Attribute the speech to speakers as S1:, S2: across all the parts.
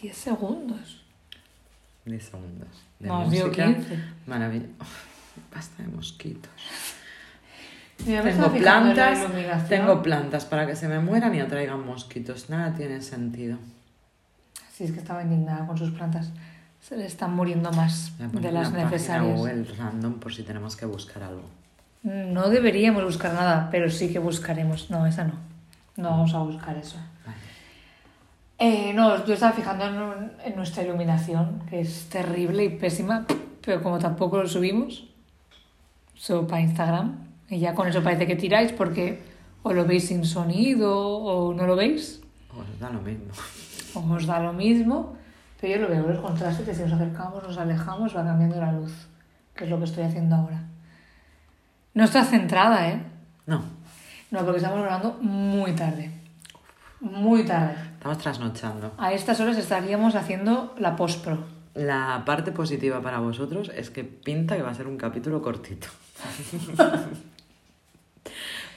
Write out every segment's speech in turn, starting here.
S1: 10 segundos.
S2: 10 segundos. De
S1: No, os digo
S2: música
S1: 15.
S2: Maravilloso. Basta de mosquitos.
S1: Mira, me
S2: Tengo
S1: estaba fijando en la
S2: plantas,
S1: iluminación.
S2: tengo plantas para que se me mueran y atraigan mosquitos. Nada tiene sentido.
S1: Sí, es que estaba indignada con sus plantas. Se le están muriendo más
S2: Voy a poner
S1: de las
S2: una página
S1: necesarias.
S2: Google random por si tenemos que buscar algo.
S1: No deberíamos buscar nada, pero sí que buscaremos. No, esa no. No vamos a buscar eso.
S2: Vale.
S1: Eh, no, yo estaba fijando en, en nuestra iluminación, que es terrible y pésima, pero como tampoco lo subimos, solo para Instagram, y ya con eso parece que tiráis porque o lo veis sin sonido o no lo veis,
S2: Os da lo mismo.
S1: o os da lo mismo, pero yo lo veo, los contrastes, que si nos acercamos, nos alejamos, va cambiando la luz, que es lo que estoy haciendo ahora. No está centrada, ¿eh?
S2: No,
S1: No, porque estamos grabando muy tarde. Muy tarde.
S2: estamos trasnochando.
S1: A estas horas estaríamos haciendo la postpro.
S2: La parte positiva para vosotros es que pinta que va a ser un capítulo cortito.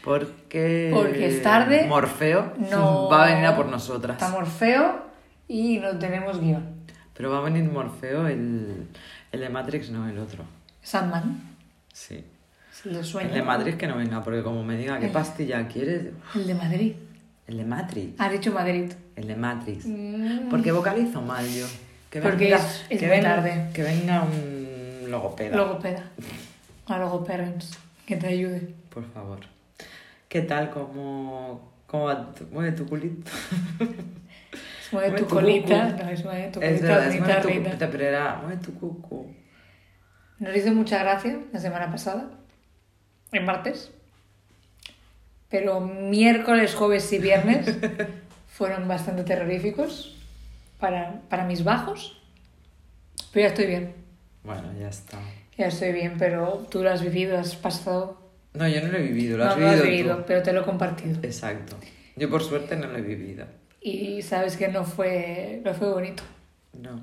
S2: Porque.
S1: Porque es tarde.
S2: Morfeo
S1: No.
S2: va a venir a por nosotras.
S1: Está Morfeo y no tenemos guión.
S2: Pero va a venir Morfeo, el, el de Matrix, no el otro.
S1: Sandman.
S2: Sí.
S1: Es el del sueño.
S2: El de Matrix que no venga, porque como me diga qué
S1: Eh.
S2: pastilla quieres.
S1: El de Madrid.
S2: El de Matrix.
S1: Ha dicho Madrid.
S2: El de Matrix.
S1: Mm,
S2: Porque vocalizo mal yo. Que
S1: Porque
S2: venga,
S1: es- es
S2: que
S1: muy
S2: venga-
S1: tarde.
S2: Que venga un logopeda.
S1: Logopeda. A logoparents. Ah, Que te ayude.
S2: Por favor. ¿Qué tal? ¿Cómo, cómo va tu, mueve tu culito?
S1: Es mueve
S2: Mueve
S1: tu
S2: tu
S1: colita.
S2: cucu.
S1: No, es mueve tu
S2: es
S1: colita.
S2: verdad, es
S1: bonita,
S2: mueve tu,
S1: linda.
S2: te- pero era, mueve tu cucu.
S1: Nos hizo mucha gracia la semana pasada, el martes, pero miércoles, jueves y viernes fueron bastante terroríficos para, para mis bajos. Pero ya estoy bien,
S2: Bueno, ya está.
S1: ya estoy bien, pero tú lo has vivido, has pasado.
S2: No, yo no lo he vivido, lo
S1: no,
S2: has
S1: no
S2: vivido,
S1: lo
S2: tú. Eh.
S1: has vivido, pero te lo he compartido.
S2: Exacto. Yo por suerte no lo he vivido.
S1: Y sabes que no fue, no fue bonito,
S2: No.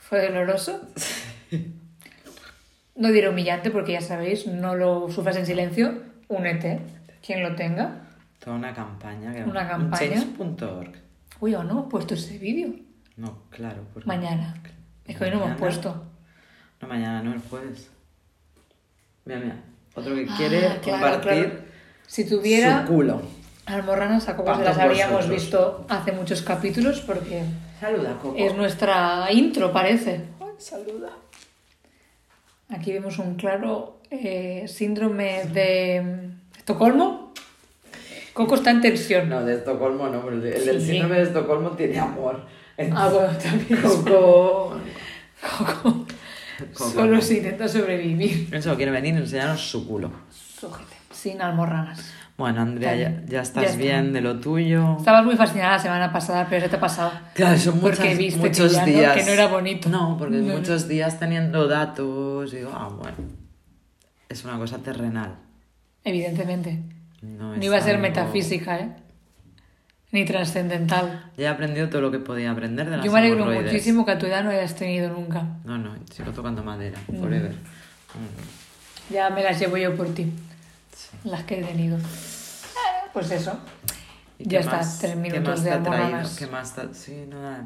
S1: fue doloroso. No diré humillante porque ya sabéis, no lo sufras en silencio, únete, quien lo tenga.
S2: Toda una campaña. que-
S1: Una
S2: un
S1: campaña.
S2: Change.org.
S1: Uy, o no, he puesto ese vídeo.
S2: No, claro. porque-
S1: Mañana. Es que hoy no hemos
S2: Mañana.
S1: puesto.
S2: No, mañana, no el jueves. Mira, mira. Otro que quiere
S1: Ah, claro,
S2: compartir
S1: claro. Si tuviera
S2: su culo.
S1: almorranas a como se
S2: Pacto
S1: las
S2: por
S1: habríamos
S2: vosotros.
S1: visto hace muchos capítulos porque
S2: Saluda, Coco.
S1: es nuestra intro, parece.
S2: Saluda.
S1: Aquí vemos un claro eh, síndrome de mm, Estocolmo. Coco está en tensión.
S2: No, de Estocolmo no, pero el, el del
S1: Sí.
S2: síndrome de Estocolmo tiene amor.
S1: Ah, bueno, también.
S2: Coco.
S1: Coco,
S2: Coco.
S1: solo se intenta sobrevivir.
S2: Eso quiere venir y enseñarnos su culo.
S1: Sójete. Sin almorranas.
S2: Bueno, Andrea, ya, ya estás
S1: Ya está.
S2: bien de lo tuyo.
S1: Estabas muy fascinada la semana pasada, pero ya te ha pasado.
S2: Claro, son muchas-
S1: Porque viste que
S2: muchos
S1: ya no-
S2: días.
S1: que no era bonito.
S2: No, porque
S1: No, no.
S2: muchos días teniendo datos, digo, ah, bueno. Es una cosa terrenal.
S1: Evidentemente.
S2: No,
S1: No
S2: es
S1: iba a ser
S2: algo-
S1: metafísica, ¿eh? Ni trascendental.
S2: Ya he aprendido todo lo que podía aprender de las
S1: Yo me alegro
S2: hemorroides.
S1: muchísimo que a tu edad no hayas tenido nunca.
S2: No, no, sigo tocando madera, forever. Mm.
S1: Ya me las llevo yo por ti.
S2: Sí.
S1: Las que he tenido. Ah, Pues eso.
S2: ¿Y
S1: Ya
S2: qué
S1: está,
S2: más-
S1: tres
S2: qué
S1: minutos
S2: más
S1: de
S2: te ha
S1: amor
S2: traído?
S1: ganas.
S2: ¿Qué más te ha- Sí, no da,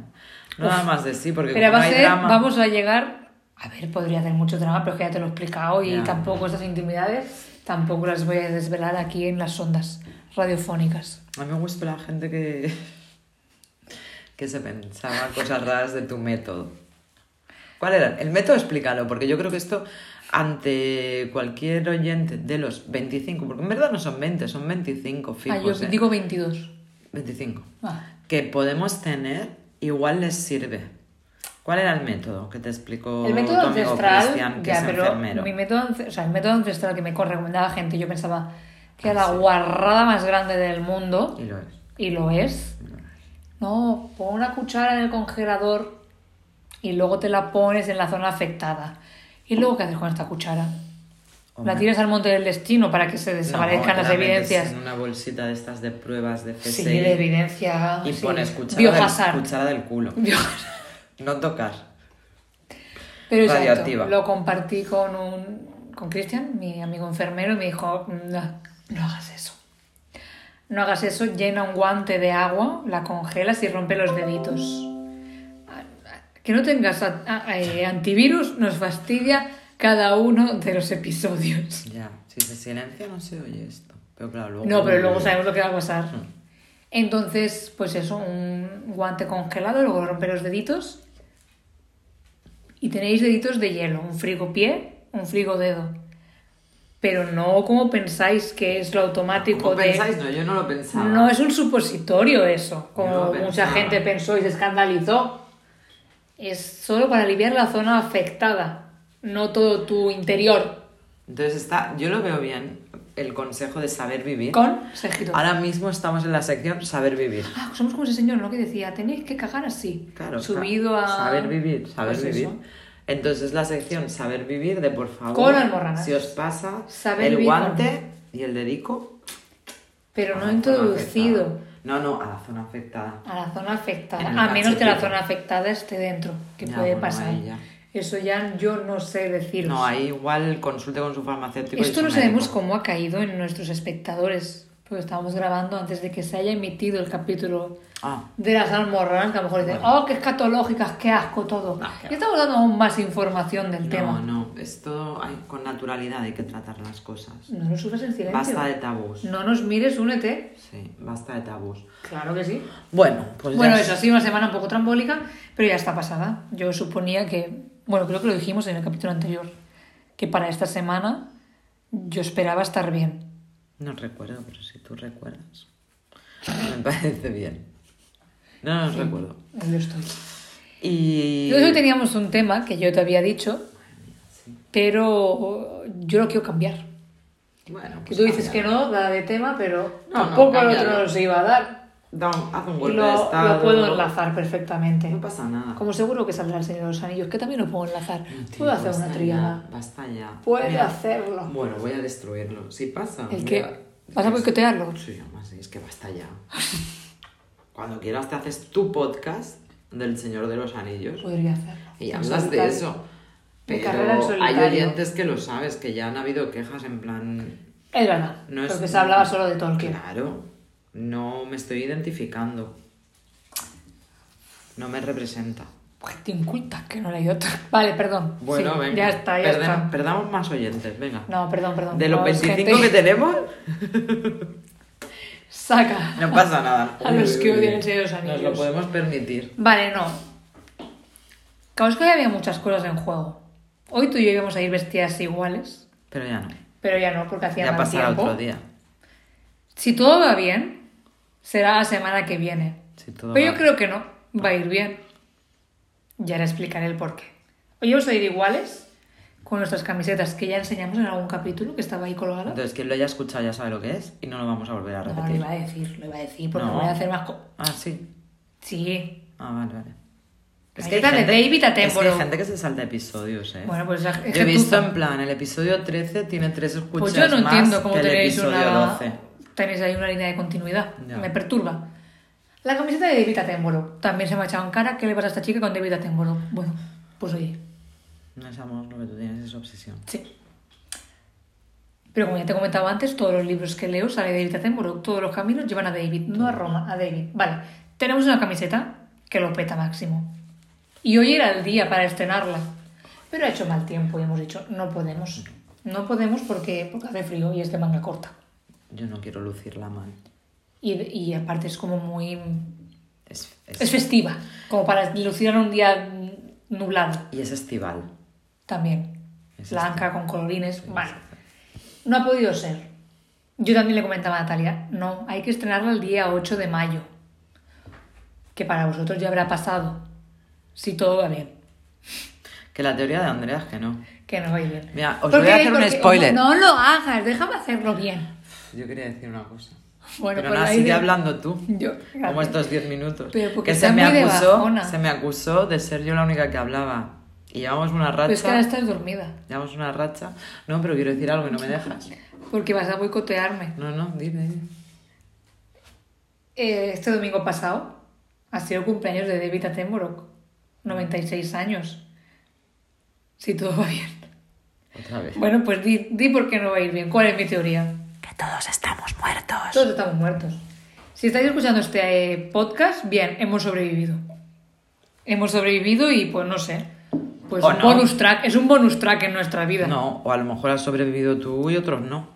S2: no da más de sí, porque
S1: Pero va
S2: como
S1: a
S2: no hay
S1: ser,
S2: drama...
S1: vamos a llegar. A ver, podría hacer mucho drama, pero es que ya te lo he explicado y
S2: Ya.
S1: tampoco esas intimidades tampoco las voy a desvelar aquí en las ondas radiofónicas.
S2: A mí me gusta la gente que... que se pensaba cosas raras de tu método. ¿Cuál era? El método, explícalo, porque yo creo que esto, ante cualquier oyente de los 25, porque en verdad no son 20, son 25
S1: Ah, yo
S2: fijos, ¿eh?
S1: digo 22.
S2: 25,
S1: Ah,
S2: que podemos tener, igual les sirve. ¿Cuál era el método que te explicó
S1: El método
S2: tu amigo
S1: ancestral,
S2: Cristian, que
S1: ya,
S2: es
S1: pero
S2: enfermero?
S1: mi método, ance- o sea, el método ancestral que me recomendaba gente, yo pensaba que
S2: Ah,
S1: era la guarrada más grande del mundo,
S2: Y lo es.
S1: y lo es. No, pon una cuchara en el congelador y luego te la pones en la zona afectada. ¿Y luego qué haces con esta cuchara?
S2: Hombre.
S1: ¿La tiras al monte del destino para que se desaparezcan
S2: No,
S1: las
S2: la metes
S1: evidencias?
S2: En una bolsita de estas de pruebas de
S1: Sí,
S2: FSI
S1: de evidencia.
S2: y
S1: sí.
S2: pones cuchara
S1: Biohazard.
S2: del, cuchara del culo.
S1: Biohazard.
S2: No tocar.
S1: Pero exacto,
S2: Radioactiva.
S1: lo compartí con un con Cristian, mi amigo enfermero, y me dijo, no, no hagas eso. No hagas eso, llena un guante de agua, la congelas y rompe los deditos. Que no tengas a- a- eh, antivirus nos fastidia cada uno de los episodios.
S2: Ya, si se silencia no se oye esto. Pero claro, luego...
S1: No, pero
S2: Eh,
S1: luego sabemos lo que va a pasar.
S2: Mm.
S1: Entonces, pues eso, un guante congelado, luego romper los deditos. Y tenéis deditos de hielo, un frigo pie, un frigo dedo. Pero no como pensáis que es lo automático
S2: ¿Cómo
S1: de...
S2: pensáis? No, yo no lo pensaba.
S1: No es un supositorio eso,
S2: No
S1: como
S2: lo
S1: mucha
S2: pensaba.
S1: gente pensó y se escandalizó. Es solo para aliviar la zona afectada, no todo tu interior.
S2: Entonces está, yo lo veo bien, el consejo de saber vivir.
S1: Con Sergio.
S2: Ahora mismo estamos en la sección saber vivir.
S1: Ah, somos como ese señor, ¿no? Que decía, tenéis que cagar así.
S2: Claro,
S1: Subido
S2: sa-
S1: a...
S2: Saber vivir, saber
S1: Pues
S2: vivir.
S1: eso.
S2: Entonces la sección saber vivir de por favor.
S1: Con almorranas.
S2: Si os pasa,
S1: Saber
S2: el
S1: vivir
S2: guante y el dedico.
S1: Pero
S2: a
S1: no
S2: la zona
S1: introducido
S2: afectada. No, no, a la zona afectada.
S1: a la zona afectada,
S2: En el
S1: a menos que la
S2: cachetito.
S1: zona afectada esté dentro, que
S2: Ya,
S1: puede
S2: bueno,
S1: pasar.
S2: ahí ya.
S1: Eso ya yo no sé deciros.
S2: No, ahí igual consulte con su farmacéutico. y
S1: Esto
S2: su
S1: no sabemos
S2: médico.
S1: cómo ha caído en nuestros espectadores, porque estábamos grabando antes de que se haya emitido el capítulo
S2: Ah,
S1: de las almorranas, que a lo mejor dicen, oh, qué escatológicas, qué asco todo.
S2: Ah, qué
S1: y estamos dando aún más información del
S2: no,
S1: tema.
S2: no, esto hay, con naturalidad hay que tratar las cosas.
S1: No nos subas en silencio.
S2: Basta de tabús.
S1: No nos mires, únete.
S2: Sí, basta de tabús.
S1: Claro que sí.
S2: Bueno, pues
S1: Bueno,
S2: ya
S1: eso ha sido una semana un poco trambólica, pero ya está pasada. Yo suponía que, bueno, creo que lo dijimos en el capítulo anterior, que para esta semana yo esperaba estar bien.
S2: No recuerdo, pero si tú recuerdas. Me parece bien. No, no recuerdo.
S1: Yo estoy.
S2: Y.
S1: Entonces hoy teníamos un tema que yo te había dicho, pero yo lo quiero cambiar.
S2: Bueno,
S1: Que
S2: pues
S1: tú dices
S2: cámbialo.
S1: que no, da de tema, pero
S2: No, no,
S1: tampoco el otro
S2: cámbialo.
S1: nos iba a dar.
S2: Da un- haz un
S1: Y
S2: golpe
S1: lo,
S2: de
S1: lo
S2: estado.
S1: puedo enlazar perfectamente.
S2: No pasa nada.
S1: Como seguro que saldrá el Señor de los Anillos, que también lo puedo enlazar.
S2: Tío,
S1: puedo hacer
S2: basta
S1: una
S2: ya,
S1: triada.
S2: Basta ya.
S1: Puedo
S2: Mira,
S1: hacerlo.
S2: Bueno, voy a destruirlo. Si pasa.
S1: ¿El
S2: voy
S1: qué?
S2: a-
S1: ¿Vas a boicotearlo?
S2: Sí, además, es que basta ya. Cuando quieras te haces tu podcast del Señor de los Anillos.
S1: Podría hacerlo.
S2: Y
S1: En
S2: hablas de
S1: solitario.
S2: eso.
S1: Mi carrera en
S2: Pero hay
S1: solitario.
S2: oyentes que lo sabes, que ya han habido quejas en plan.
S1: Es verdad,
S2: No es-
S1: porque se hablaba solo de Tolkien.
S2: Claro, no me estoy identificando. No me representa.
S1: Pues te incultas que no leí otro. Vale, perdón.
S2: Bueno,
S1: Sí,
S2: venga.
S1: Ya está, ya
S2: perden-
S1: está.
S2: Perdamos más oyentes, venga.
S1: No, perdón, perdón.
S2: De los
S1: No, es
S2: 25 que
S1: gente-
S2: tenemos,
S1: Saca.
S2: no pasa nada.
S1: A los que
S2: Uy, uy,
S1: odian
S2: uy.
S1: el Señor de los
S2: Nos lo
S1: Anillos.
S2: podemos permitir.
S1: Vale, no. Claro, es que hoy había muchas cosas en juego. Hoy tú y yo íbamos a ir vestidas iguales,
S2: Pero ya no.
S1: pero ya no, porque hacía
S2: Ya
S1: mal
S2: pasará
S1: tiempo.
S2: otro día.
S1: Si todo va bien, será la semana que viene.
S2: Si todo
S1: pero
S2: va-
S1: yo creo que no, va a ir bien. Ya le explicaré el porqué. Hoy vamos a ir iguales, con nuestras camisetas que ya enseñamos en algún capítulo, que estaba ahí colgada.
S2: Entonces, quien lo haya escuchado ya sabe lo que es y no lo vamos a volver a
S1: No, lo
S2: repetir.
S1: iba a decir, lo iba a decir, porque
S2: No.
S1: voy a hacer más co-
S2: ah, sí.
S1: Sí.
S2: Ah, vale, vale.
S1: Camiseta de David
S2: es que hay
S1: Attenborough.
S2: gente que se salta episodios, ¿eh?
S1: Bueno, pues la- es
S2: Yo he
S1: que tú-
S2: visto en plan, el episodio 13 tiene tres
S1: Pues
S2: escuchas
S1: yo no
S2: más
S1: entiendo cómo
S2: que el
S1: tenéis
S2: episodio
S1: una
S2: 12.
S1: tenéis ahí una línea de continuidad.
S2: Ya.
S1: Me perturba. La camiseta de David Attenborough también se me ha echado en cara. ¿Qué le pasa a esta chica con David Attenborough? Bueno, pues oye,
S2: No es amor lo que tú tienes, es obsesión.
S1: sí. Pero como ya te he comentado antes, todos los libros que leo sale David Attenborough. Todos los caminos llevan a David, no a Roma, a David. Vale, tenemos una camiseta que lo peta máximo. Y hoy era el día para estrenarla. Pero ha hecho mal tiempo y hemos dicho, no podemos. No podemos porque, porque hace frío y es de manga corta.
S2: Yo no quiero lucirla mal.
S1: Y, y aparte es como muy...
S2: Es, es-
S1: Es festiva, como para lucir en un día nublado
S2: Y es estival.
S1: también.
S2: Es este.
S1: Blanca, con colorines. Bueno, no ha podido ser. Yo también le comentaba a Natalia, no, hay que estrenarla el día 8 de mayo, que para vosotros ya habrá pasado, si todo va bien.
S2: Que la teoría de Andrea es que no.
S1: Que no va bien.
S2: Mira, os voy a hacer un
S1: porque-
S2: spoiler.
S1: No lo hagas, déjame hacerlo bien.
S2: Yo quería decir una cosa.
S1: Bueno,
S2: Pero
S1: pues
S2: nada,
S1: ahí
S2: sigue
S1: de-
S2: hablando tú.
S1: Yo,
S2: Como
S1: gracias.
S2: estos 10 minutos.
S1: Pero porque
S2: que se
S1: está
S2: me,
S1: muy de
S2: acusó,
S1: bajona.
S2: se me acusó de ser yo la única que hablaba. Y llevamos una racha.
S1: Pero es que ahora estás dormida,
S2: Llevamos una racha. No, pero quiero decir algo y no me dejas.
S1: porque vas a boicotearme.
S2: No, no, dime. dime.
S1: Eh, este domingo pasado ha sido el cumpleaños de David Attenborough,
S2: Mm.
S1: 96 años. Si todo va bien.
S2: Otra vez.
S1: Bueno, pues di, di por qué no va a ir bien. ¿Cuál es mi teoría?
S2: Que todos estamos muertos.
S1: Todos estamos muertos. Si estáis escuchando este eh, podcast, bien, hemos sobrevivido. hemos sobrevivido y pues no sé. Pues
S2: O
S1: un
S2: no.
S1: bonus track, es un bonus track en nuestra vida.
S2: No, o a lo mejor has sobrevivido tú y otros no.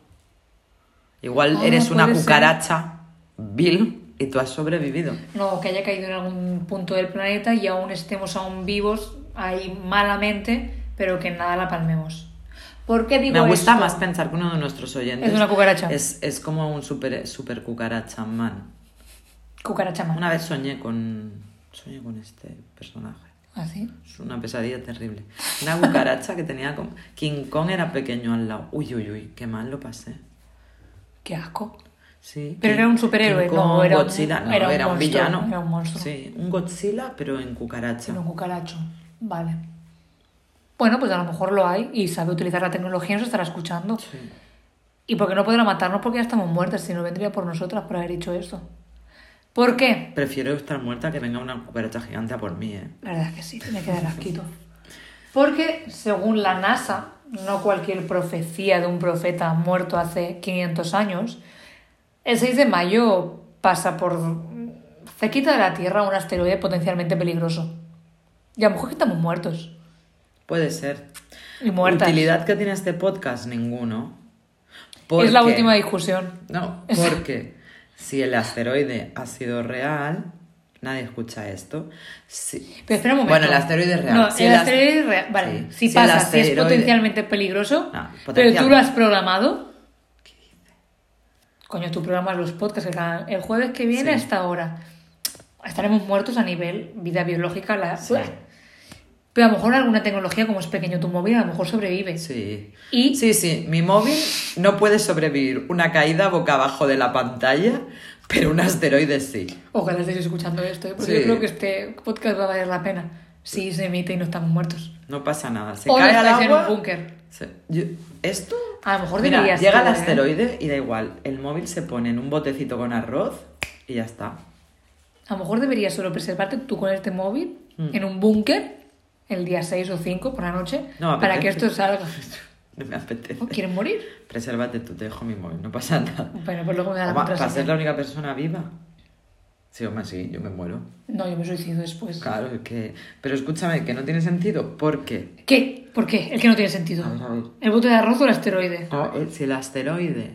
S2: Igual
S1: Ah,
S2: eres una
S1: puede ser.
S2: cucaracha vil y tú has sobrevivido.
S1: No, que haya caído en algún punto del planeta y aún estemos aún vivos ahí malamente, pero que nada la palmemos. ¿Por qué digo
S2: Me gusta
S1: esto?
S2: más pensar que uno de nuestros oyentes
S1: Es una cucaracha.
S2: es, es como un super, super cucaracha man.
S1: Cucaracha más.
S2: Una vez soñé con, soñé con este personaje.
S1: ¿Así?
S2: Es una pesadilla terrible. Una cucaracha que tenía como... King Kong era pequeño al lado. Uy, uy, uy, qué mal lo pasé.
S1: Qué asco.
S2: Ah. Sí.
S1: Pero
S2: King-
S1: era un superhéroe,
S2: King
S1: no,
S2: Kong,
S1: era un-
S2: Godzilla, no,
S1: era
S2: era
S1: un
S2: un,
S1: monstruo,
S2: villano.
S1: era un monstruo.
S2: Sí, un Godzilla, pero en cucaracha.
S1: Tiene un cucaracho. Vale. Bueno, pues a lo mejor lo hay y sabe utilizar la tecnología y nos estará escuchando.
S2: Sí.
S1: Y porque no podrá matarnos porque ya estamos muertas, si no vendría por nosotras por haber dicho eso. ¿Por qué?
S2: Prefiero estar muerta que venga una cucaracha gigante a por mí, ¿eh?
S1: La verdad es que sí, tiene que dar asquito. Porque, según la NASA, no cualquier profecía de un profeta muerto hace 500 años, el 6 de mayo pasa por cerquita de la Tierra un asteroide potencialmente peligroso. Y a lo mejor que estamos muertos.
S2: Puede ser.
S1: Y muertas.
S2: ¿Utilidad que tiene este podcast? Ninguno.
S1: Es la
S2: Porque-
S1: última discusión.
S2: No, porque si el asteroide ha sido real, nadie escucha esto. Sí.
S1: Pero espera un momento.
S2: Bueno, el asteroide es real.
S1: No,
S2: Si
S1: el,
S2: el as-
S1: asteroide es real. Vale,
S2: Sí.
S1: si,
S2: Si el
S1: pasa, si es
S2: asteroide-
S1: potencialmente peligroso,
S2: No,
S1: pero tú
S2: potencialmente.
S1: lo has programado. Coño, tú programas los podcasts. que cada- El jueves que viene a
S2: Sí.
S1: esta hora estaremos muertos a nivel vida biológica. La...
S2: Sí.
S1: Pero a lo mejor alguna tecnología, como es pequeño tu móvil, a lo mejor sobrevive.
S2: Sí.
S1: Y
S2: Sí, sí, mi móvil no puede sobrevivir una caída boca abajo de la pantalla, pero un asteroide sí.
S1: ojalá estéis escuchando esto, ¿eh? porque
S2: Sí.
S1: yo creo que este podcast va a valer la pena si se emite y no estamos muertos.
S2: No pasa nada. Se
S1: o no
S2: cae al
S1: estáis en un
S2: agua.
S1: búnker.
S2: se- yo- Esto.
S1: A lo mejor
S2: Mira,
S1: deberías
S2: llega el
S1: probar, ¿eh?
S2: asteroide y da igual. El móvil se pone en un botecito con arroz y ya está.
S1: A lo mejor deberías solo preservarte tú con este móvil
S2: Hmm.
S1: en un búnker el día 6 o 5 por la noche
S2: No me
S1: para
S2: apetece.
S1: que esto salga.
S2: No me apetece.
S1: ¿No ¿Quieren morir?
S2: Presérvate tú, te dejo mi móvil, no pasa nada.
S1: Bueno, pues luego me da la
S2: Oma, para ser la
S1: contraseña.
S2: única persona viva. Sí, hombre, sí, yo me muero.
S1: No, yo me suicido después.
S2: Claro, es que. Pero escúchame, que no tiene sentido porque
S1: ¿Qué? ¿Por qué? El que no tiene sentido.
S2: A ver, a ver.
S1: ¿El bote de arroz o el asteroide?
S2: no, eh, si el asteroide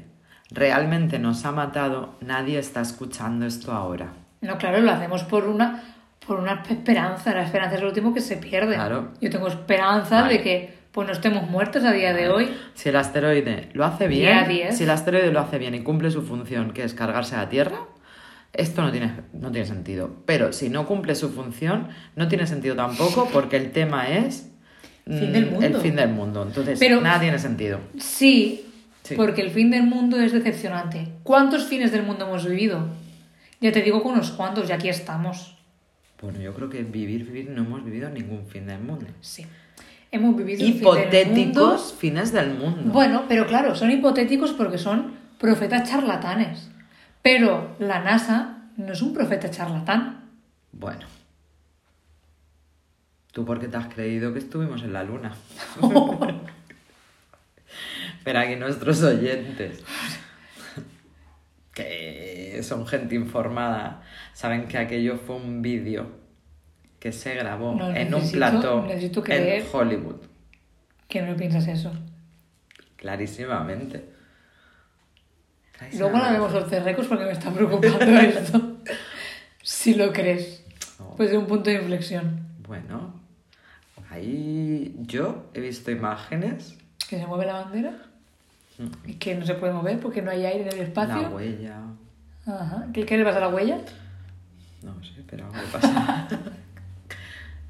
S2: realmente nos ha matado, nadie está escuchando esto ahora.
S1: No, claro, lo hacemos por una por una esperanza. La esperanza es lo último que se pierde.
S2: Claro.
S1: Yo tengo esperanza
S2: Vale.
S1: de que pues no estemos muertos a día de hoy.
S2: Si el asteroide lo hace
S1: Día
S2: bien,
S1: a diez.
S2: si el asteroide lo hace bien y cumple su función, que es cargarse a la Tierra, esto no tiene, no tiene sentido. Pero si no cumple su función, no tiene sentido tampoco, porque el tema es
S1: Fin
S2: mm,
S1: del mundo.
S2: el fin del mundo. Entonces,
S1: Pero-
S2: nada tiene sentido.
S1: Sí,
S2: Sí.
S1: porque el fin del mundo es decepcionante. ¿Cuántos fines del mundo hemos vivido? Ya te digo que unos cuantos y aquí estamos.
S2: Bueno, yo creo que vivir, vivir, no hemos vivido ningún fin del mundo.
S1: Sí. Hemos vivido un fin del
S2: Hipotéticos fines del
S1: mundo.
S2: mundo.
S1: Bueno, pero claro, son hipotéticos porque son profetas charlatanes. Pero la NASA no es un profeta charlatán.
S2: Bueno. ¿Tú por qué te has creído que estuvimos en la luna? Espera que nuestros oyentes, que son gente informada, saben que aquello fue un vídeo que se grabó
S1: No,
S2: en un
S1: necesito-
S2: plató
S1: necesito creer.
S2: en Hollywood,
S1: ¿Qué no piensas eso?
S2: clarísimamente.
S1: Luego la vemos los cerrecos porque me está preocupando esto. si lo crees.
S2: No.
S1: Pues de un punto de inflexión.
S2: Bueno, ahí yo he visto imágenes,
S1: Que se mueve la bandera. Y que no se puede mover porque no hay aire en el espacio.
S2: Hmm. la huella,
S1: Ajá. ¿Qué, qué le pasa a la huella?
S2: no sé, pero algo pasa.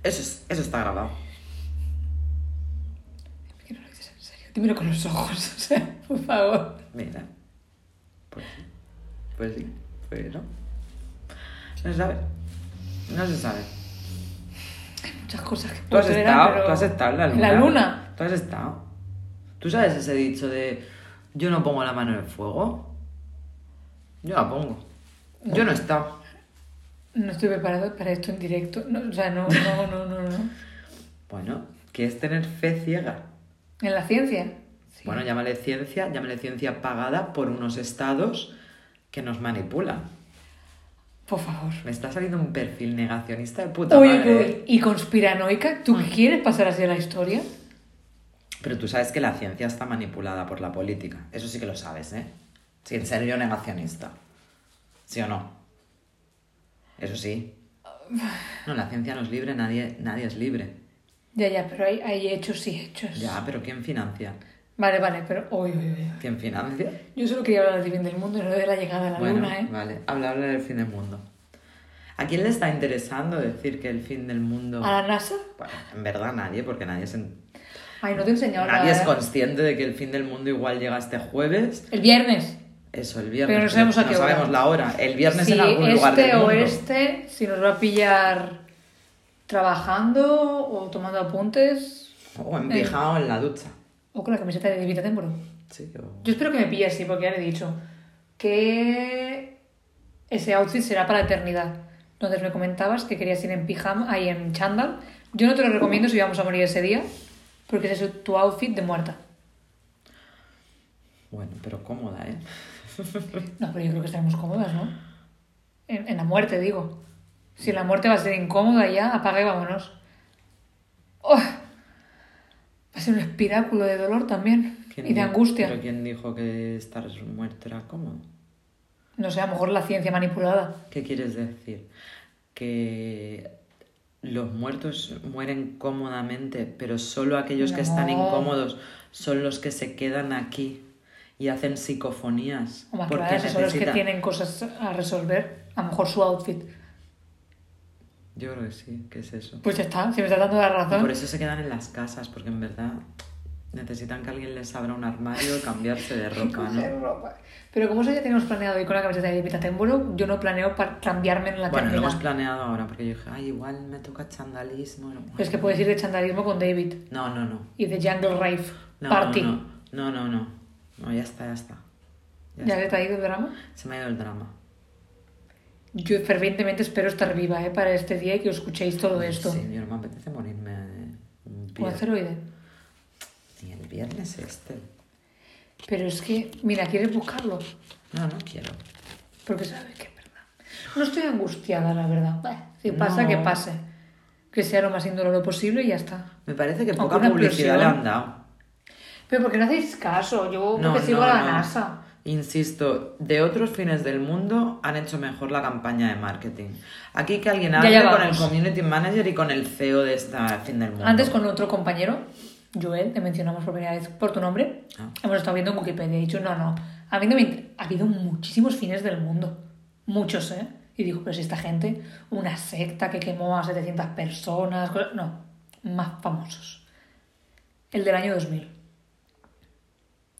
S2: eso, es- eso está grabado.
S1: Es que no lo dices en serio. Dímelo con los ojos, o sea, por favor.
S2: Mira. Pues sí. Pues sí. Pues no. No se sabe. No se sabe.
S1: Muchas cosas que
S2: Tú has,
S1: puedo ver,
S2: estado,
S1: Pues pero-
S2: tú has estado en la luna.
S1: La luna.
S2: Tú has estado. ¿Tú sabes ese dicho de yo no pongo la mano en el fuego? Yo la pongo. Yo no he estado.
S1: No estoy preparado para esto en directo. No, o sea, no, no, no, no, no.
S2: Bueno, que es tener fe ciega.
S1: En la ciencia. Sí.
S2: Bueno, llámale ciencia, llámale ciencia pagada por unos estados que nos manipulan.
S1: Por favor.
S2: Me está saliendo un perfil negacionista de puta
S1: Uy, uy,
S2: madre. ¿eh? Ah.
S1: uy. Y conspiranoica, ¿tú quieres pasar así a la historia?
S2: Pero tú sabes que la ciencia está manipulada por la política. Eso sí que lo sabes, ¿eh? Sin ser yo negacionista. ¿Sí o no? Eso sí. No, la ciencia no es libre, nadie, nadie es libre.
S1: Ya, ya, pero hay, hay hechos y hechos.
S2: Ya, pero ¿quién financia?
S1: Vale, vale, pero. Uy, uy, uy.
S2: ¿Quién financia?
S1: Yo solo quería hablar del fin del mundo y no de la llegada a la
S2: Bueno,
S1: luna, ¿eh?
S2: vale. Habla, habla del fin del mundo. ¿A quién le está interesando decir que el fin del mundo...
S1: ¿A la NASA?
S2: Bueno, en verdad nadie, porque nadie es, en-
S1: Ay, no te he enseñado
S2: nadie
S1: nada,
S2: es
S1: ¿eh?
S2: consciente de que el fin del mundo igual llega este jueves.
S1: El viernes.
S2: Eso, el viernes. Pues
S1: Pero no sabemos a qué hora.
S2: sabemos la hora. El viernes
S1: si
S2: en algún lugar
S1: este
S2: del
S1: o
S2: mundo.
S1: este, si nos va a pillar trabajando o tomando apuntes
S2: O en pijama o en la ducha.
S1: o con la camiseta de Divita Temporo.
S2: Sí, o-
S1: Yo espero que me pille así, porque ya le he dicho que ese outfit será para la eternidad. Entonces me comentabas que querías ir en pijama, ahí en chándal. Yo no te lo recomiendo si vamos a morir ese día, porque ese es tu outfit de muerta.
S2: Bueno, pero cómoda, ¿eh?
S1: No, pero yo creo que estaremos cómodas, ¿no? En, en la muerte, digo. Si la muerte va a ser incómoda ya, apaga y vámonos. ¡Oh! Va a ser un espiráculo de dolor también.
S2: ¿Quién
S1: Y de
S2: di-
S1: angustia.
S2: ¿Pero quién dijo que estar muerto era cómodo?
S1: No sé, a lo mejor la ciencia manipulada.
S2: ¿Qué quieres decir? Que los muertos mueren cómodamente, pero solo aquellos que están
S1: No.
S2: incómodos son los que se quedan aquí y hacen psicofonías.
S1: O más
S2: porque
S1: claro, esos son los que
S2: necesitan-
S1: tienen cosas a resolver. A lo mejor su outfit.
S2: Yo creo que sí, que es eso.
S1: Pues ya está, si me estás dando la
S2: Y Por
S1: razón.
S2: eso se quedan en las casas, porque en verdad necesitan que alguien les abra un armario y cambiarse de ropa, ¿no?
S1: Pero como eso ya tenemos planeado ir con la camiseta de Evita Témbolo, yo no planeo para cambiarme en la
S2: Bueno, lo
S1: eternidad.
S2: hemos planeado ahora, porque yo dije, ay, igual me toca chandalismo. No,
S1: Pero es que puedes ir de chandalismo con David
S2: no, no. no.
S1: y de Jungle Rave
S2: No,
S1: Party.
S2: No, no, no, no. No, ya está, ya está.
S1: ¿Ya
S2: Ya está.
S1: le he traído el drama?
S2: Se me ha ido el drama.
S1: Yo fervientemente espero estar viva ¿eh? para este día y que os escuchéis todo esto.
S2: Sí, yo no me apetece morirme un
S1: Un
S2: vier-
S1: asteroide.
S2: Ni el viernes este.
S1: Pero es que, mira, quieres buscarlo.
S2: No, no quiero.
S1: Porque sabes que es verdad. No estoy angustiada, la verdad. Bah, Si pasa,
S2: No.
S1: que pase. Que sea lo más indoloro posible y ya está.
S2: Me parece que
S1: Aunque
S2: poca
S1: una
S2: publicidad le
S1: explosión.
S2: han dado.
S1: Pero porque no hacéis caso. Yo
S2: No,
S1: porque sigo
S2: no,
S1: a la
S2: no.
S1: NASA.
S2: Insisto, de otros fines del mundo han hecho mejor la campaña de marketing. Aquí que alguien
S1: Ya,
S2: hable
S1: ya
S2: con el
S1: vamos.
S2: community manager y con el CEO de este fin del mundo.
S1: Antes con otro compañero, Joel, te mencionamos por primera vez por tu nombre.
S2: Ah.
S1: Hemos estado viendo en Wikipedia y he dicho, no, no. A mí no me inter- Ha habido muchísimos fines del mundo. Muchos, ¿eh? Y dijo, pero si esta gente, una secta que quemó a 700 personas, cosas- no, más famosos. El del año 2000.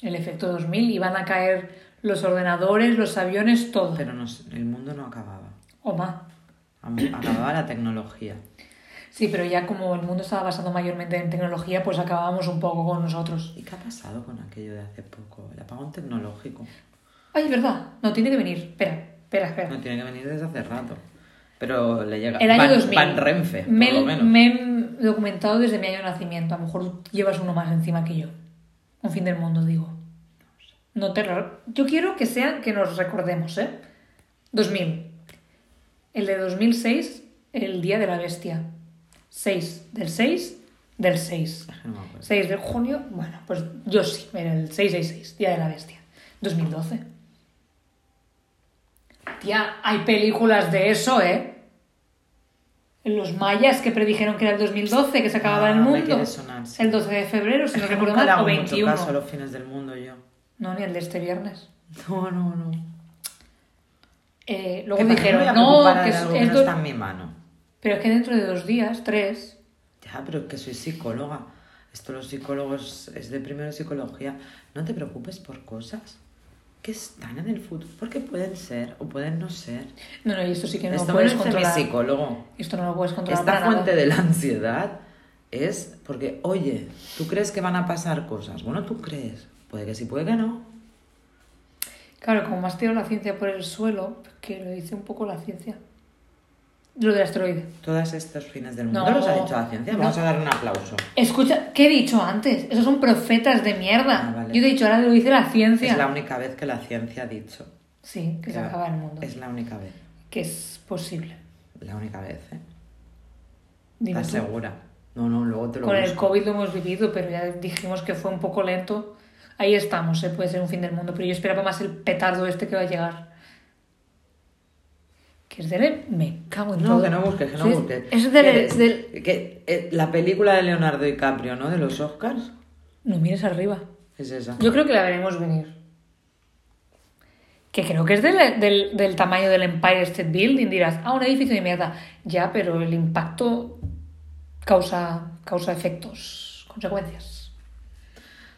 S1: El efecto 2000, iban a caer los ordenadores, los aviones, todo.
S2: Pero no sé, el mundo no acababa.
S1: O más.
S2: Am- Acababa la tecnología.
S1: Sí, pero ya como el mundo estaba basado mayormente en tecnología, pues acabábamos un poco con nosotros.
S2: ¿Y qué ha pasado con aquello de hace poco? El apagón tecnológico.
S1: Ay, es verdad. No, tiene que venir. Espera, espera, espera.
S2: No tiene que venir desde hace rato. Pero le llega.
S1: El año
S2: Mm. Van-
S1: 2000.
S2: Van Renfe, por
S1: me,
S2: lo menos.
S1: me he documentado desde mi año de nacimiento. A lo mejor llevas uno más encima que yo. Un fin del mundo, digo. No terror. Yo quiero que sea que nos recordemos, ¿eh? 2000. El de 2006, el Día de la Bestia. 6 del 6 del 6.
S2: No me acuerdo.
S1: 6 de junio, bueno, pues yo sí, era el 666, Día de la Bestia, 2012. Tía, hay películas de eso, ¿eh? Los mayas que predijeron que era el 2012, que se acababa
S2: Ah,
S1: el
S2: me
S1: mundo.
S2: quiere sonar, sí.
S1: El 12 de febrero, si no
S2: Es que
S1: recuerdo
S2: nunca le
S1: mal, o
S2: hago mucho
S1: 21.
S2: caso a los fines del mundo yo.
S1: No, ni el de este viernes.
S2: No, no, no.
S1: Eh,
S2: Que
S1: luego
S2: para qué me
S1: dijeron,
S2: voy a
S1: no,
S2: preocupar de
S1: que es,
S2: algo que
S1: es
S2: no
S1: do-
S2: está en mi mano.
S1: Pero es que dentro de dos días, tres,
S2: Ya, pero es que soy psicóloga. Esto los psicólogos es de primero de psicología. No te preocupes por cosas que están en el futuro. Porque pueden ser o pueden no ser.
S1: no, no, y esto sí que no
S2: Esto
S1: lo
S2: me
S1: puedes
S2: lo dice mi
S1: controlar.
S2: psicólogo.
S1: Esto no lo puedes controlar
S2: Esta
S1: para nada.
S2: fuente de la ansiedad es porque, oye, tú crees que van a pasar cosas. Bueno, tú crees. Puede que sí, puede que no.
S1: Claro, como más tiro la ciencia por el suelo, pues que lo dice un poco la ciencia. Lo del asteroide.
S2: Todas estos fines del mundo
S1: No.
S2: los ha dicho la ciencia. Vamos
S1: No.
S2: a dar un aplauso.
S1: Escucha, ¿qué he dicho antes? Esos son profetas de mierda.
S2: Ah, vale.
S1: Yo te he dicho, ahora lo dice la ciencia.
S2: Es la única vez que la ciencia ha dicho.
S1: Sí, que se acaba el mundo.
S2: Es la única vez.
S1: que es posible.
S2: La única vez, ¿eh?
S1: Dime
S2: ¿Estás
S1: tú.
S2: segura? No, no, luego te lo
S1: Con el
S2: busco.
S1: COVID lo hemos vivido, pero ya dijimos que fue un poco lento. Ahí estamos, ¿eh? puede ser un fin del mundo, pero yo esperaba más el petardo este que va a llegar. Que es del... Me cago en
S2: No,
S1: todo.
S2: que no busques, que no
S1: Sí, es-
S2: busques.
S1: Es del...
S2: Que-
S1: es del-
S2: que, eh, la película de Leonardo DiCaprio, ¿no? De los Oscars.
S1: No mires arriba.
S2: Es esa.
S1: Yo creo que la veremos venir. Que creo que es del, del- del tamaño del Empire State Building. Dirás, ah, un edificio de mierda. Ya, pero el impacto causa, causa efectos, consecuencias.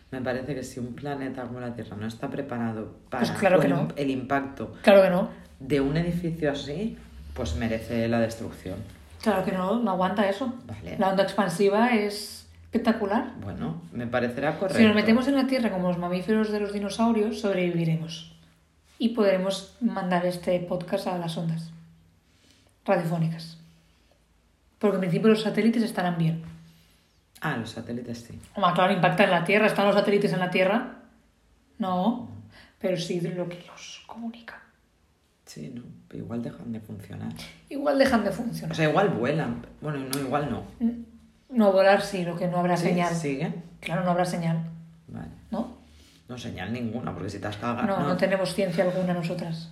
S2: Me parece que si un planeta como la Tierra no está preparado para
S1: Pues claro que
S2: el,
S1: no.
S2: el impacto
S1: Claro que no.
S2: de un edificio así, pues merece la destrucción.
S1: Claro que no, no aguanta eso.
S2: Vale.
S1: La onda expansiva es espectacular.
S2: Bueno, me parecerá correcto.
S1: Si nos metemos en la Tierra como los mamíferos de los dinosaurios, sobreviviremos. Y podremos mandar este podcast a las ondas radiofónicas. Porque en principio los satélites estarán bien.
S2: Ah, los satélites sí.
S1: Hombre, claro, impacta en la Tierra. ¿Están los satélites en la Tierra? No. Pero sí lo que los comunica.
S2: Sí, no. Pero igual dejan de funcionar.
S1: Igual dejan de
S2: O
S1: funcionar.
S2: sea, igual vuelan. Bueno, no, igual no.
S1: No volar sí, lo que no habrá
S2: ¿Sí?
S1: señal.
S2: ¿Sigue?
S1: Claro, no habrá señal.
S2: Vale.
S1: ¿No?
S2: No señal ninguna, porque si te has cagado.
S1: No, no tenemos ciencia alguna nosotras.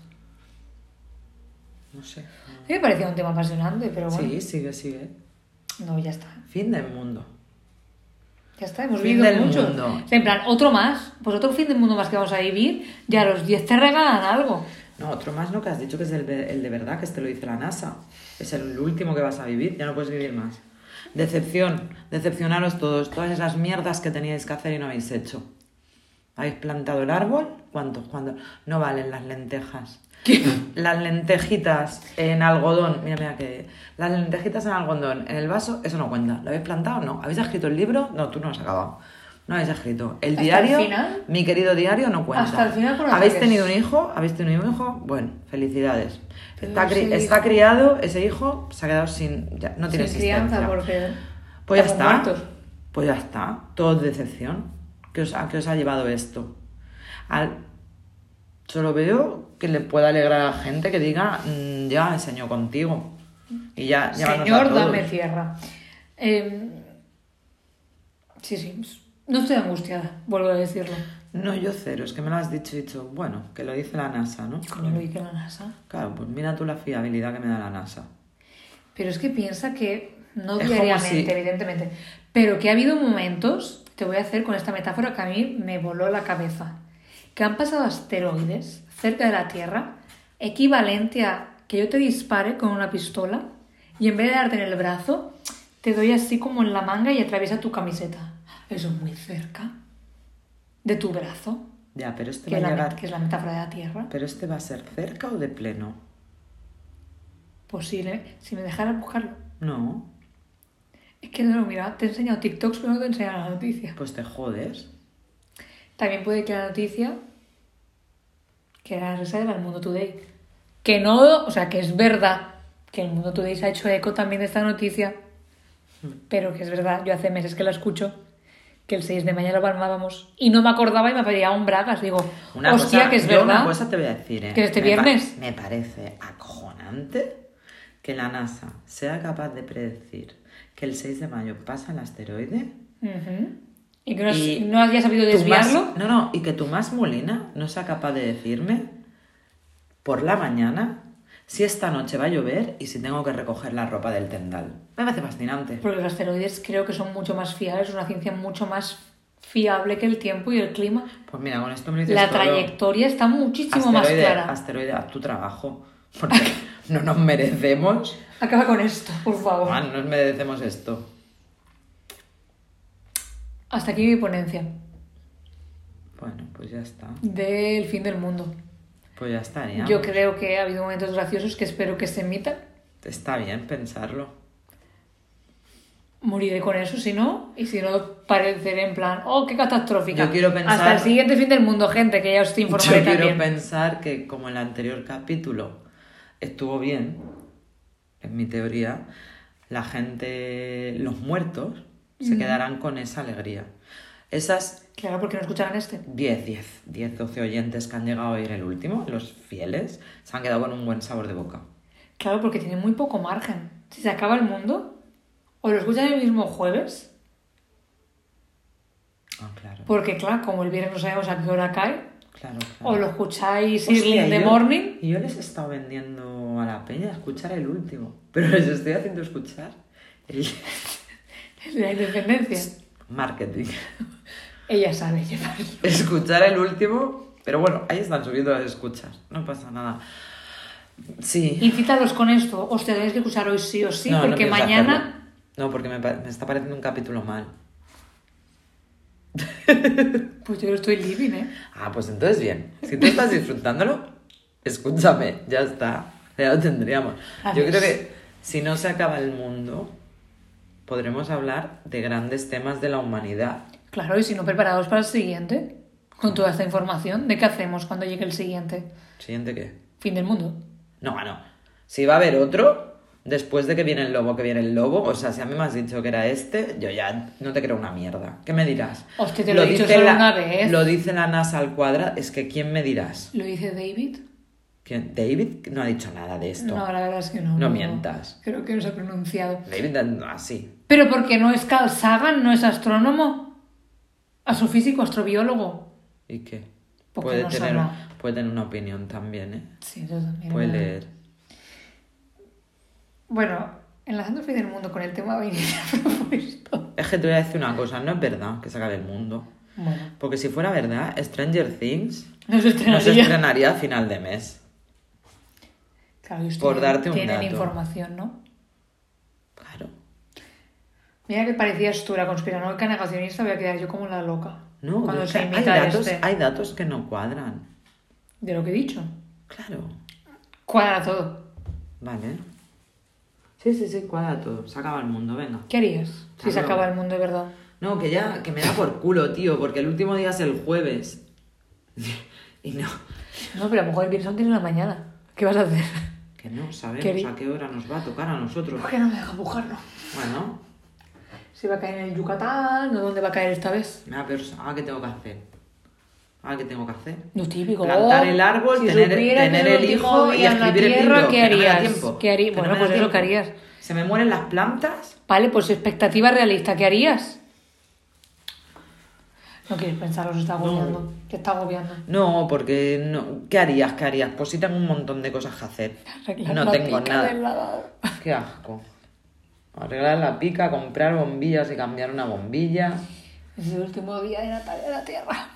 S2: no sé.
S1: A mí me parecía un tema apasionante, pero bueno.
S2: Sí, sigue, sigue.
S1: No, ya está.
S2: Fin del mundo.
S1: Ya está, hemos
S2: Fin
S1: vivido
S2: del
S1: mucho.
S2: mundo.
S1: En plan, otro más. Pues otro fin del mundo más que vamos a vivir. Ya los 10 te regalan algo.
S2: No, otro más no, que has dicho que es el, de- el de verdad, que este lo dice la NASA. Es el último que vas a vivir, ya no puedes vivir más. Decepción, decepcionaros todos, todas esas mierdas que teníais que hacer y no habéis hecho. ¿Habéis plantado el árbol? ¿Cuántos? ¿Cuántos? No valen las lentejas. Las lentejitas en algodón, mira, mira que... Las lentejitas en algodón, en el vaso, eso no cuenta. ¿Lo habéis plantado? No. ¿Habéis escrito el libro? No, tú no lo has acabado. No habéis escrito. El
S1: ¿Hasta el
S2: diario,
S1: final?
S2: mi querido diario, no cuenta.
S1: Hasta el final por los
S2: ¿Habéis
S1: ataques.
S2: tenido un hijo? ¿Habéis tenido un hijo? Bueno, felicidades.
S1: Pero
S2: Está, cri-
S1: ese
S2: está
S1: hijo-
S2: criado, ese hijo se ha quedado sin... ya, no tiene
S1: Sin
S2: existencia.
S1: crianza, porque.
S2: Pues ya está.
S1: estamos muertos.
S2: Pues ya está. Todo es decepción. ¿Qué os, ¿A qué os ha llevado esto? Al... Solo veo que le pueda alegrar a la gente que diga, mm, ya enseñó contigo. Y ya, llévanos a
S1: Señor,
S2: todos.
S1: dame tierra. Eh, sí, sí. No estoy angustiada, vuelvo a decirlo.
S2: No, yo cero, es que me lo has dicho y dicho, bueno, que lo dice la NASA, ¿no?
S1: Coño, lo dije a la NASA.
S2: Claro, pues mira tú la fiabilidad que me da la NASA.
S1: Pero es que piensa que, no
S2: Es como
S1: diariamente,
S2: si-
S1: evidentemente, pero que ha habido momentos, te voy a hacer con esta metáfora que a mí me voló la cabeza, que han pasado asteroides cerca de la Tierra, equivalente a que yo te dispare con una pistola y en vez de darte en el brazo, te doy así como en la manga y atraviesa tu camiseta. Eso es muy cerca de tu brazo,
S2: Ya, pero este
S1: que
S2: va
S1: es,
S2: a
S1: la, met-
S2: llegar.
S1: que es la metáfora de la Tierra.
S2: Pero este va a ser cerca o de pleno.
S1: Posible, si me dejaras buscarlo.
S2: No,
S1: Es que no, mira, te he enseñado TikToks, pero no te he enseñado la noticia.
S2: pues te jodes.
S1: También puede que la noticia, que era la risa del Mundo Today, que no, o sea, que es verdad que el Mundo Today se ha hecho eco también de esta noticia,
S2: Hmm.
S1: pero que es verdad, yo hace meses que la escucho, que el 6 de mañana lo palmábamos y no me acordaba y me pedía un bragas, digo,
S2: Una
S1: hostia,
S2: cosa,
S1: que es
S2: yo
S1: verdad.
S2: Una cosa te voy a decir, ¿eh?
S1: Que este
S2: Me pa-
S1: viernes.
S2: Me, parece acojonante que la NASA sea capaz de predecir que el 6 de mayo pasa el asteroide.
S1: Ujú. Y que no,
S2: Y
S1: no haya sabido desviarlo.
S2: Tomás- no, no, y que Tomás Molina no sea capaz de decirme por la mañana si esta noche va a llover y si tengo que recoger la ropa del tendal. Me parece fascinante.
S1: Porque los asteroides creo que son mucho más fiables, es una ciencia mucho más fiable que el tiempo y el clima.
S2: Pues mira, con esto me lo dices
S1: La
S2: todo.
S1: trayectoria está muchísimo más
S2: Asteroide,
S1: clara.
S2: asteroide, haz tu trabajo. Porque no nos merecemos.
S1: Acaba con esto, por favor.
S2: Juan, no nos merecemos esto.
S1: Hasta aquí mi ponencia
S2: Bueno, pues ya está.
S1: del fin del mundo.
S2: Pues ya estaría.
S1: Yo creo que ha habido momentos graciosos que espero que se emitan.
S2: Está bien pensarlo.
S1: Moriré con eso, si no, y si no, pareceré en plan, oh, qué catastrófica.
S2: Yo quiero pensar-
S1: Hasta el siguiente fin del mundo, gente, que ya os
S2: Yo
S1: informaré
S2: quiero
S1: también.
S2: pensar que como el anterior capítulo estuvo bien, en mi teoría, la gente, los muertos, se quedarán con esa alegría. Esas
S1: Claro, porque no escucharán este.
S2: 10, 10, 10, 12 oyentes que han llegado a oír el último, los fieles, se han quedado con un buen sabor de boca.
S1: Claro, porque tiene muy poco margen. Si se acaba el mundo, o lo escuchan el mismo jueves,
S2: Ah, claro.
S1: porque claro, como el viernes no sabemos a qué hora cae,
S2: Claro,
S1: o
S2: claro.
S1: lo escucháis Early
S2: Hostia,
S1: in the
S2: yo-
S1: morning,
S2: Y yo les he estado vendiendo a la peña escuchar el último, pero les estoy haciendo escuchar el
S1: de la independencia.
S2: marketing.
S1: Ella sabe llevarlo.
S2: Escuchar el último, pero bueno, ahí están subiendo las escuchas, no pasa nada. Sí.
S1: Incítalos con esto. Os tenéis que escuchar hoy sí o sí,
S2: No, no
S1: porque
S2: pienso
S1: mañana...
S2: hacerlo. No, porque me, pa- me está pareciendo un capítulo mal.
S1: Pues yo lo estoy living, ¿eh?
S2: Ah, pues entonces bien. Si tú estás disfrutándolo, escúchame, ya está. Ya lo tendríamos.
S1: A
S2: Yo
S1: ver.
S2: creo que si no se acaba el mundo, podremos hablar de grandes temas de la humanidad.
S1: Claro, y si no preparados para el siguiente, con toda esta información, ¿de qué hacemos cuando llegue el siguiente?
S2: ¿Siguiente qué?
S1: Fin del mundo.
S2: No, no. Si va a haber otro, después de que viene el lobo, que viene el lobo, o sea, si a mí me has dicho que era este, yo ya no te creo una mierda. ¿Qué me dirás?
S1: Hostia, te lo he dicho solo una vez.
S2: Lo dice la NASA al cuadrado, es que ¿quién me dirás?
S1: ¿Lo dice David?
S2: ¿Quién? David no ha dicho nada de esto.
S1: No, la verdad es que no.
S2: No mientas.
S1: Creo que no se ha pronunciado.
S2: David, así.
S1: Pero porque no es Carl Sagan, no es astrónomo. Astrofísico, astrobiólogo.
S2: ¿Y qué?
S1: Porque
S2: Puede,
S1: no
S2: tener,
S1: sabrá.
S2: puede tener una opinión también, ¿eh?
S1: Sí, eso también.
S2: Puede
S1: ¿no?
S2: leer.
S1: Bueno, enlazando el fin del mundo con el tema de hoy día propuesto.
S2: Es que te voy a decir una cosa, no es verdad que se acabe el mundo.
S1: Bueno,
S2: Porque si fuera verdad, Stranger Things
S1: no se
S2: no se
S1: estrenaría.
S2: estrenaría a final de mes.
S1: Claro, y ustedes
S2: Por darte un
S1: Tienen
S2: dato.
S1: información, ¿no?
S2: Claro.
S1: Mira que parecías tú la conspiranoica negacionista, voy a quedar yo como la loca.
S2: No,
S1: cuando
S2: o
S1: se
S2: sea, hay,
S1: imita
S2: datos,
S1: este.
S2: hay datos que no cuadran.
S1: De lo que he dicho.
S2: Claro.
S1: Cuadra todo.
S2: Vale. Sí, sí, sí, cuadra todo. Se acaba el mundo, venga.
S1: ¿Qué harías si se
S2: Claro.
S1: acaba el mundo de verdad?
S2: No, que ya, que me da por culo, tío, porque el último día es el jueves. y no.
S1: No, pero a lo mejor el viernes tiene la mañana. ¿Qué vas a hacer?
S2: Que no sabemos
S1: Queri-
S2: a qué hora nos va a tocar a nosotros.
S1: ¿Por qué no me deja buscarlo?
S2: Bueno,
S1: Si va a caer en el Yucatán, ¿o dónde va a caer esta vez?
S2: nada, pero ahora qué tengo que hacer. Ahora qué tengo que hacer.
S1: Lo típico.
S2: Plantar
S1: Oh,
S2: el árbol,
S1: si
S2: tener,
S1: supiera que
S2: tener
S1: es
S2: el
S1: último
S2: hijo y
S1: día en la
S2: escribir el
S1: tierra,
S2: libro.
S1: ¿Qué
S2: que no me da
S1: harías?
S2: tiempo,
S1: ¿Qué harías?
S2: que no
S1: Bueno,
S2: me
S1: pues
S2: da
S1: es lo que
S2: tiempo.
S1: harías.
S2: Se me mueren las plantas.
S1: Vale, pues expectativa realista, ¿qué harías? No quieres pensarlo, se está agobiando. Te está agobiando.
S2: No, porque no. ¿Qué harías? ¿Qué harías? Pues sí tengo un montón de cosas que hacer.
S1: Arreglar
S2: no
S1: la
S2: tengo
S1: pica
S2: nada.
S1: del lavabo.
S2: Qué asco. Arreglar la pica, comprar bombillas y cambiar una bombilla.
S1: Es el último día de Natalia de la Tierra.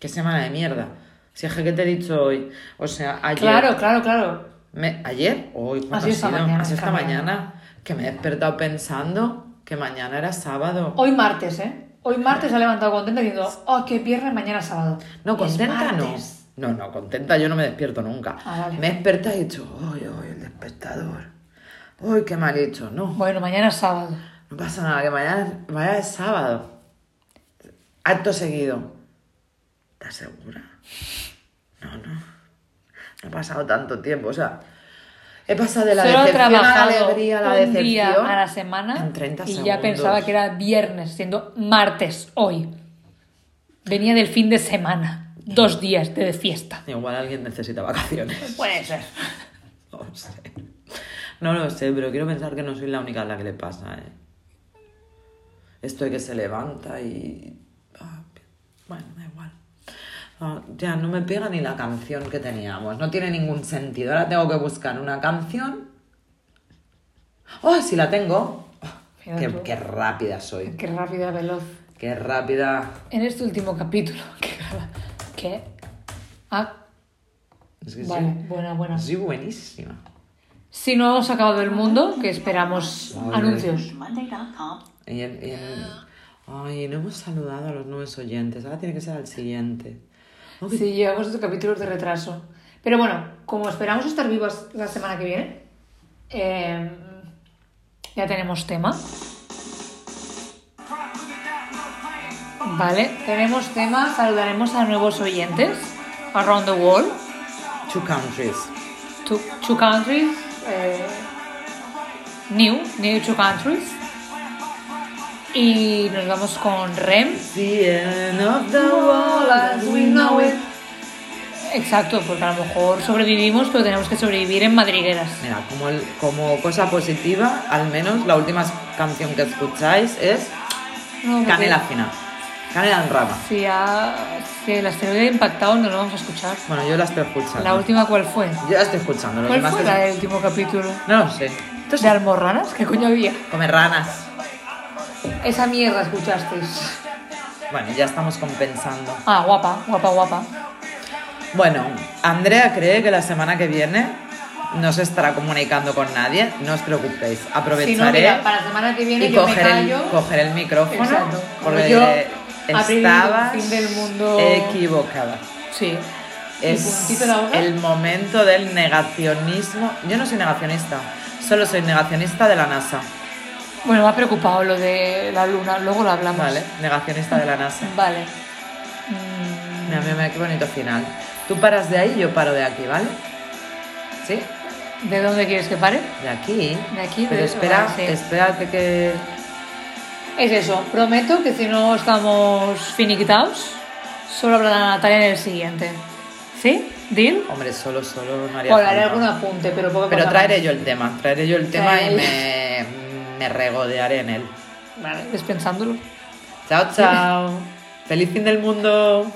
S2: Qué semana de mierda. Si es que ¿qué te he dicho hoy. O sea, ayer.
S1: Claro, claro, claro.
S2: Me- ¿Ayer? Hoy, ¿cuándo
S1: Así
S2: ha
S1: esta
S2: sido?
S1: mañana,
S2: Así
S1: esta
S2: esta mañana. Que me he despertado pensando que mañana era sábado.
S1: Hoy martes, ¿eh? Hoy martes se ha levantado contenta diciendo, oh, qué viernes, mañana es sábado.
S2: No,
S1: Es
S2: contenta no.
S1: martes.
S2: No, no, contenta yo no me despierto nunca.
S1: Ah, vale.
S2: Me he despertado y he dicho, ¡ay, ay, el despertador! ¡Ay, qué mal hecho! No,
S1: Bueno, mañana es sábado.
S2: no pasa nada, que mañana, mañana es sábado. Acto seguido. ¿Estás segura? No, no. No ha pasado tanto tiempo, o sea... He pasado de la
S1: Solo he
S2: decepción a la
S1: trabajado
S2: alegría, a la
S1: un
S2: decepción...
S1: día a la semana
S2: en 30
S1: y ya
S2: segundos.
S1: pensaba que era viernes, siendo martes hoy. Venía del fin de semana, dos días de fiesta.
S2: Igual alguien necesita vacaciones.
S1: Puede ser.
S2: No lo sé. No lo sé, pero quiero pensar que no soy la única a la que le pasa, ¿eh? Esto de que se levanta y... ah, Bueno, da igual. Ah, ya, no me pega ni la canción que teníamos. No tiene ningún sentido. Ahora tengo que buscar una canción. ¡Oh, sí la tengo!
S1: Mira
S2: Qué,
S1: tú.
S2: qué rápida soy.
S1: Qué rápida, veloz.
S2: Qué rápida.
S1: En este último capítulo que graba, que... Ah,
S2: Es que
S1: vale, buena, buena.
S2: soy, soy buenísima.
S1: Si no hemos acabado el mundo, que esperamos
S2: Vale.
S1: anuncios.
S3: Monday.com.
S2: Y en- y en- Ay, no hemos saludado a los nuevos oyentes. Ahora tiene que ser al siguiente. Oh, qué
S1: Sí, llevamos estos capítulos de retraso. Pero bueno, como esperamos estar vivas la semana que viene, eh, ya tenemos tema. Vale, tenemos tema, saludaremos a nuevos oyentes. Around the world,
S2: Two countries.
S1: two, two countries, eh, new, new two countries. Y nos vamos con Rem.
S2: The end of the world as we know it.
S1: Exacto, porque a lo mejor sobrevivimos, pero tenemos que sobrevivir en madrigueras.
S2: Mira, como, el- como cosa positiva, al menos la última canción que escucháis es
S1: No, porque
S2: Canela Fina. Canela en rama.
S1: Si, ha, si el asteroide ha impactado, no lo vamos a escuchar.
S2: Bueno, yo la estoy escuchando.
S1: ¿La última cuál fue?
S2: Yo la estoy escuchando. lo
S1: ¿Cuál
S2: demás
S1: fue
S2: es-
S1: la del último capítulo?
S2: No lo sé.
S1: ¿De almorranas? ¿Qué coño había?
S2: Comer ranas.
S1: Esa mierda escuchasteis.
S2: Bueno, ya estamos compensando.
S1: Ah, guapa, guapa, guapa.
S2: Bueno, Andrea cree que la semana que viene no se estará comunicando con nadie. No os preocupéis. Aprovecharé.
S1: Si no, mira, para la semana que viene
S2: y
S1: yo me
S2: coger el,
S1: callo.
S2: coger el micrófono
S1: Exacto.
S2: porque
S1: Yo
S2: diré,
S1: abrí el
S2: estabas
S1: fin del mundo".
S2: equivocada.
S1: Sí. ¿Y
S2: Es
S1: puntito la hoja?
S2: el momento del negacionismo. Yo no soy negacionista, solo soy negacionista de la NASA.
S1: Bueno, me ha preocupado lo de la luna, luego lo hablamos.
S2: Vale, negacionista de la NASA.
S1: Vale. Mm,
S2: Mira, mira, mira, qué bonito final. Tú paras de ahí, yo paro de aquí, ¿vale? ¿Sí?
S1: ¿De dónde quieres que pare?
S2: De aquí.
S1: De aquí,
S2: Pero
S1: de-
S2: espera,
S1: vale, sí.
S2: espérate que...
S1: Es eso, prometo que si no estamos finiquitados, solo hablará Natalia en el siguiente. ¿Sí? ¿Deal?
S2: Hombre, solo, solo no haría
S1: O haré
S2: falta.
S1: algún apunte, pero poco
S2: Pero traeré yo el tema, traeré yo el tema y
S1: Traeré-
S2: me, me regodearé en él.
S1: Vale, despensándolo.
S2: Chao, chao. Feliz fin del mundo.